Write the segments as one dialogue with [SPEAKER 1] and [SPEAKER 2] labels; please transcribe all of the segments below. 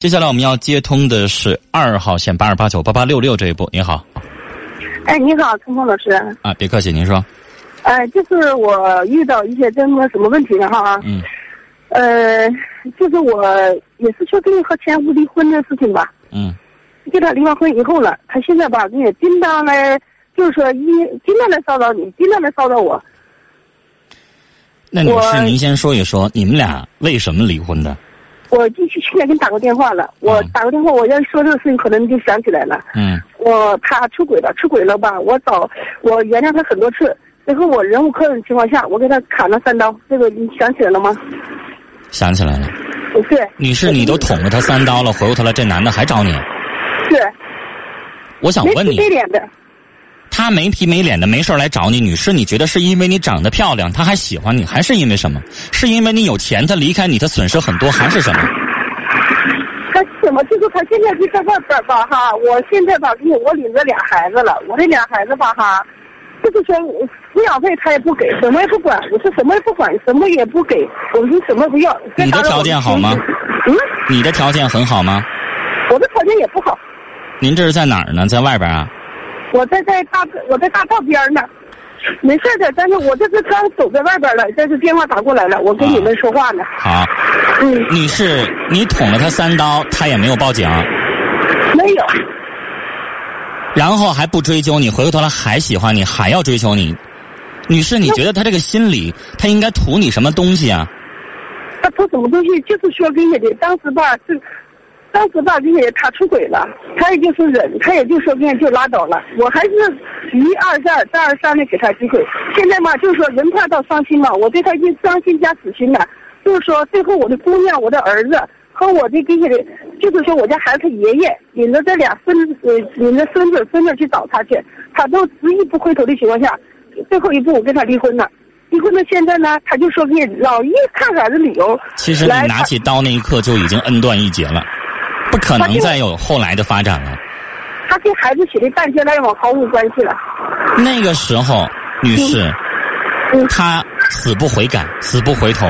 [SPEAKER 1] 接下来我们要接通的是二号线八二八九八八六六这一波。您好，
[SPEAKER 2] 哎，你好，聪聪老师。
[SPEAKER 1] 啊，别客气，您说，
[SPEAKER 2] 呃，就是我遇到一些这么什么问题了哈。啊
[SPEAKER 1] 嗯
[SPEAKER 2] 呃，就是我也是确定和前夫离婚的事情吧。
[SPEAKER 1] 嗯
[SPEAKER 2] 跟他离完婚以后了，他现在吧，也经常来，就是说一经常来骚扰你，经常来骚扰我。
[SPEAKER 1] 那女士，
[SPEAKER 2] 我
[SPEAKER 1] 您先说一说，你们俩为什么离婚的？
[SPEAKER 2] 我进去去年给你打过电话了，我
[SPEAKER 1] 嗯
[SPEAKER 2] 打过电话，我要说这个事情，可能你就想起来了。
[SPEAKER 1] 嗯
[SPEAKER 2] 我他出轨了，出轨了吧？我找我原谅他很多次，最后我忍无可忍的情况下，我给他砍了三刀。这个你想起来了吗？
[SPEAKER 1] 想起来了，
[SPEAKER 2] 不是，
[SPEAKER 1] 女士，你都捅了他三刀了，回过头来这男的还找你，
[SPEAKER 2] 是。
[SPEAKER 1] 我想
[SPEAKER 2] 没
[SPEAKER 1] 问
[SPEAKER 2] 皮
[SPEAKER 1] 你，
[SPEAKER 2] 没脸的，
[SPEAKER 1] 他没皮没脸的没事儿来找你，女士，你觉得是因为你长得漂亮，他还喜欢你，还是因为什么？是因为你有钱，他离开你，他损失很多，还是什么？
[SPEAKER 2] 他怎么就是他现在就在外边吧哈，我现在吧，因为我领着俩孩子了，我这俩孩子吧哈，就是说抚养费他也不给，什么也不管，我是什么也不管，什么也不给，我是什么不要。这
[SPEAKER 1] 你的
[SPEAKER 2] 打扰
[SPEAKER 1] 条
[SPEAKER 2] 我
[SPEAKER 1] 件
[SPEAKER 2] 的
[SPEAKER 1] 好
[SPEAKER 2] 心
[SPEAKER 1] 吗
[SPEAKER 2] 情？嗯，
[SPEAKER 1] 你的条件很好吗？
[SPEAKER 2] 我的条件也不好，
[SPEAKER 1] 您这是在哪儿呢？在外边啊？
[SPEAKER 2] 我在在大我在大道边儿呢。没事的，但是我这是刚走在外边了，这是电话打过来了，我跟你们说话呢。
[SPEAKER 1] 好，
[SPEAKER 2] 嗯，
[SPEAKER 1] 女士，你捅了他三刀，他也没有报警，
[SPEAKER 2] 没有，
[SPEAKER 1] 然后还不追究你，回过头来还喜欢你，还要追求你。女士，你觉得他这个心理，他应该图你什么东西啊？
[SPEAKER 2] 他偷什么东西，就是说跟你的当时吧是，当时吧跟你他出轨了，他也就是忍，他也就说跟你就拉倒了。我还是一二三再二三的给他机会。现在嘛，就是说人怕到伤心嘛，我对他已经伤心加死心了。就是说，最后我的姑娘、我的儿子和我这给你的，就是说我家孩子爷爷领着这俩孙呃领着孙子孙女去找他去，他都执意不回头的情况下，最后一步我跟他离婚了。离婚到现在呢，他就说给你老一看孩子理由，
[SPEAKER 1] 其实你
[SPEAKER 2] 来
[SPEAKER 1] 拿起刀那一刻就已经恩断义绝了，不可能再有后来的发展了。
[SPEAKER 2] 他跟孩子写的半天来往毫无关系了。
[SPEAKER 1] 那个时候，女士，
[SPEAKER 2] 嗯，
[SPEAKER 1] 他死不悔改，死不回头。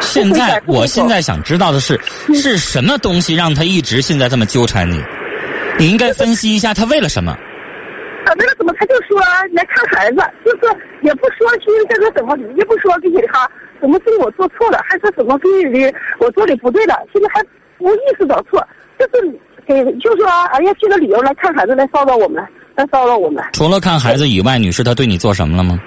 [SPEAKER 1] 现
[SPEAKER 2] 不悔
[SPEAKER 1] 在
[SPEAKER 2] 改，不回头嗯
[SPEAKER 1] 我现在想知道的是，是什么东西让他一直现在这么纠缠你？你应该分析一下他为了什么。
[SPEAKER 2] 啊，为了什么？他就说哎来看孩子，就是也不说是这个怎么，也不说给你哈，什么是我做错了，还是什么给你的我做的不对了，现在还不意识到错，就是给就说哎呀，这个理由来看孩子，来骚扰我们，来骚扰我们。
[SPEAKER 1] 除了看孩子以外，女士她对你做什么了吗？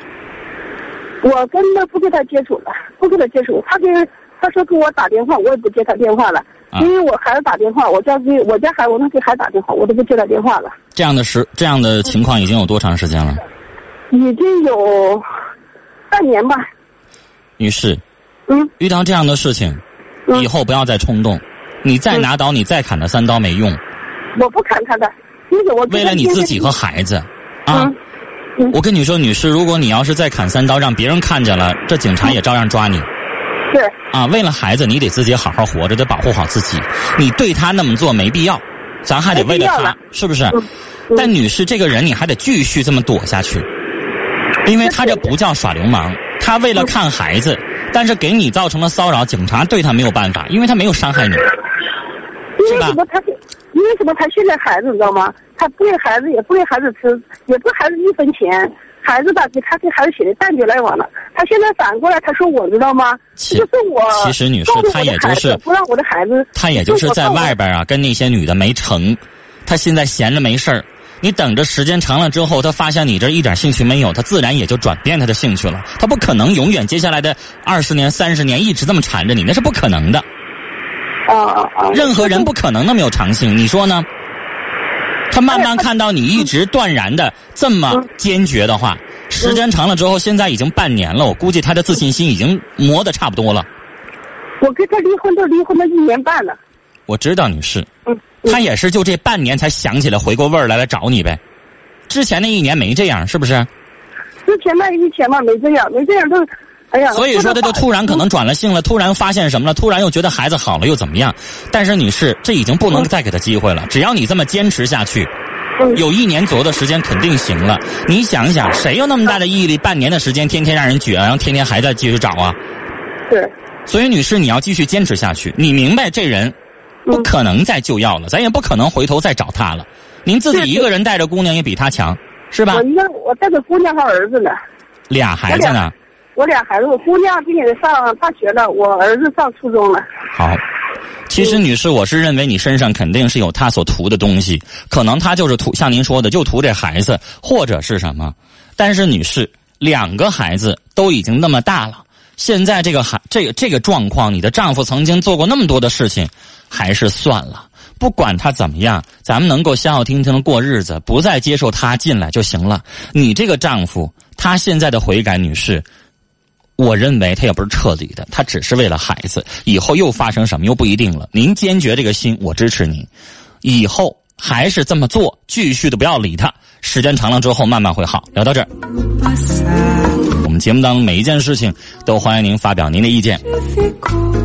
[SPEAKER 2] 我根本不跟他接触了，不跟他接触。他跟他说给我打电话，我也不接他电话了，
[SPEAKER 1] 啊
[SPEAKER 2] 因为我孩子打电话，我家给我家孩子，我那给孩子打电话，我都不接他电话了。
[SPEAKER 1] 这样的时这样的情况已经有多长时间了？
[SPEAKER 2] 已经有半年吧。
[SPEAKER 1] 女士，
[SPEAKER 2] 嗯，
[SPEAKER 1] 遇到这样的事情，
[SPEAKER 2] 嗯
[SPEAKER 1] 以后不要再冲动。你再拿刀，你再砍他三刀没用。
[SPEAKER 2] 我不砍他的，因为我
[SPEAKER 1] 为了你自己和孩子，啊
[SPEAKER 2] 嗯，
[SPEAKER 1] 我跟你说，女士，如果你要是再砍三刀，让别人看见了，这警察也照样抓你。
[SPEAKER 2] 是
[SPEAKER 1] 啊，为了孩子，你得自己好好活着，得保护好自己。你对他那么做没必要，咱还得为了
[SPEAKER 2] 没必要
[SPEAKER 1] 他
[SPEAKER 2] 了，
[SPEAKER 1] 是不是
[SPEAKER 2] 嗯？嗯
[SPEAKER 1] 但女士这个人，你还得继续这么躲下去，因为他这不叫耍流氓，他为了看孩子，但是给你造成了骚扰，警察对他没有办法，因为他没有伤害你。
[SPEAKER 2] 因
[SPEAKER 1] 是
[SPEAKER 2] 为
[SPEAKER 1] 吧
[SPEAKER 2] 什么他？因为什么他训练孩子，你知道吗？他不给孩子，也不给孩子吃，也不给孩子一分钱。孩子吧，给他给孩子写的断绝来往了。他现在反过来，他说我知道吗？
[SPEAKER 1] 其
[SPEAKER 2] 这就是我
[SPEAKER 1] 其实女士
[SPEAKER 2] 告诉我的
[SPEAKER 1] 她也就
[SPEAKER 2] 孩子
[SPEAKER 1] 是
[SPEAKER 2] 不让我的孩子，
[SPEAKER 1] 他也就是在外边啊，跟那些女的没成，他现在闲着没事儿。你等着时间长了之后，他发现你这一点兴趣没有，他自然也就转变他的兴趣了。他不可能永远接下来的二十年、三十年一直这么缠着你，那是不可能的。
[SPEAKER 2] 啊啊啊！
[SPEAKER 1] 任何人不可能那么有长性，你说呢？他慢慢看到你一直断然的这么坚决的话，时间长了之后，现在已经半年了，我估计他的自信心已经磨得差不多了。
[SPEAKER 2] 我跟他离婚都离婚了一年半了。
[SPEAKER 1] 我知道你是，
[SPEAKER 2] 嗯，嗯
[SPEAKER 1] 他也是就这半年才想起来回过味儿来来找你呗。之前那一年没这样，是不是？
[SPEAKER 2] 之前那一前嘛没这样，没这样都，哎呀，
[SPEAKER 1] 所以说他就突然可能转了性了，突然发现什么了，突然又觉得孩子好了又怎么样？但是女士，这已经不能再给他机会了。只要你这么坚持下去，
[SPEAKER 2] 嗯
[SPEAKER 1] 有一年左右的时间肯定行了。你想想，谁有那么大的毅力，半年的时间天天让人撅，然后天天还在继续找啊？
[SPEAKER 2] 是
[SPEAKER 1] 所以，女士，你要继续坚持下去。你明白这人，
[SPEAKER 2] 嗯
[SPEAKER 1] 不可能再就要了，咱也不可能回头再找他了。您自己一个人带着姑娘也比他强，是吧
[SPEAKER 2] 我？一个我带着姑娘和儿子呢，
[SPEAKER 1] 俩孩子
[SPEAKER 2] 我
[SPEAKER 1] 呢
[SPEAKER 2] 俩，我俩孩子，我姑娘今年上大学了，我儿子上初中了。
[SPEAKER 1] 好。其实，女士，我是认为你身上肯定是有他所图的东西，可能他就是图像您说的，就图这孩子，或者是什么。但是，女士，两个孩子都已经那么大了，现在这个孩这个这个状况，你的丈夫曾经做过那么多的事情，还是算了。不管他怎么样，咱们能够相好听听的过日子，不再接受他进来就行了。你这个丈夫，他现在的悔改，女士，我认为他也不是彻底的，他只是为了孩子，以后又发生什么又不一定了。您坚决这个心，我支持您，以后还是这么做，继续的不要理他，时间长了之后慢慢会好。聊到这儿，我们节目当中每一件事情都欢迎您发表您的意见。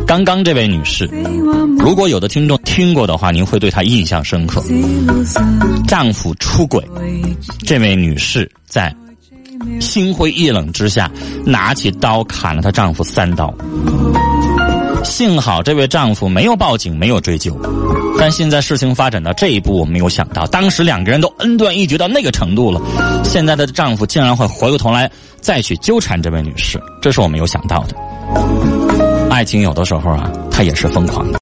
[SPEAKER 1] 刚刚这位女士，如果有的听众听过的话，您会对她印象深刻。丈夫出轨，这位女士在心灰意冷之下，拿起刀砍了她丈夫三刀。幸好这位丈夫没有报警，没有追究。但现在事情发展到这一步，我没有想到，当时两个人都恩断义绝到那个程度了，现在的丈夫竟然会回过头来再去纠缠这位女士，这是我没有想到的。爱情有的时候啊，它也是疯狂的。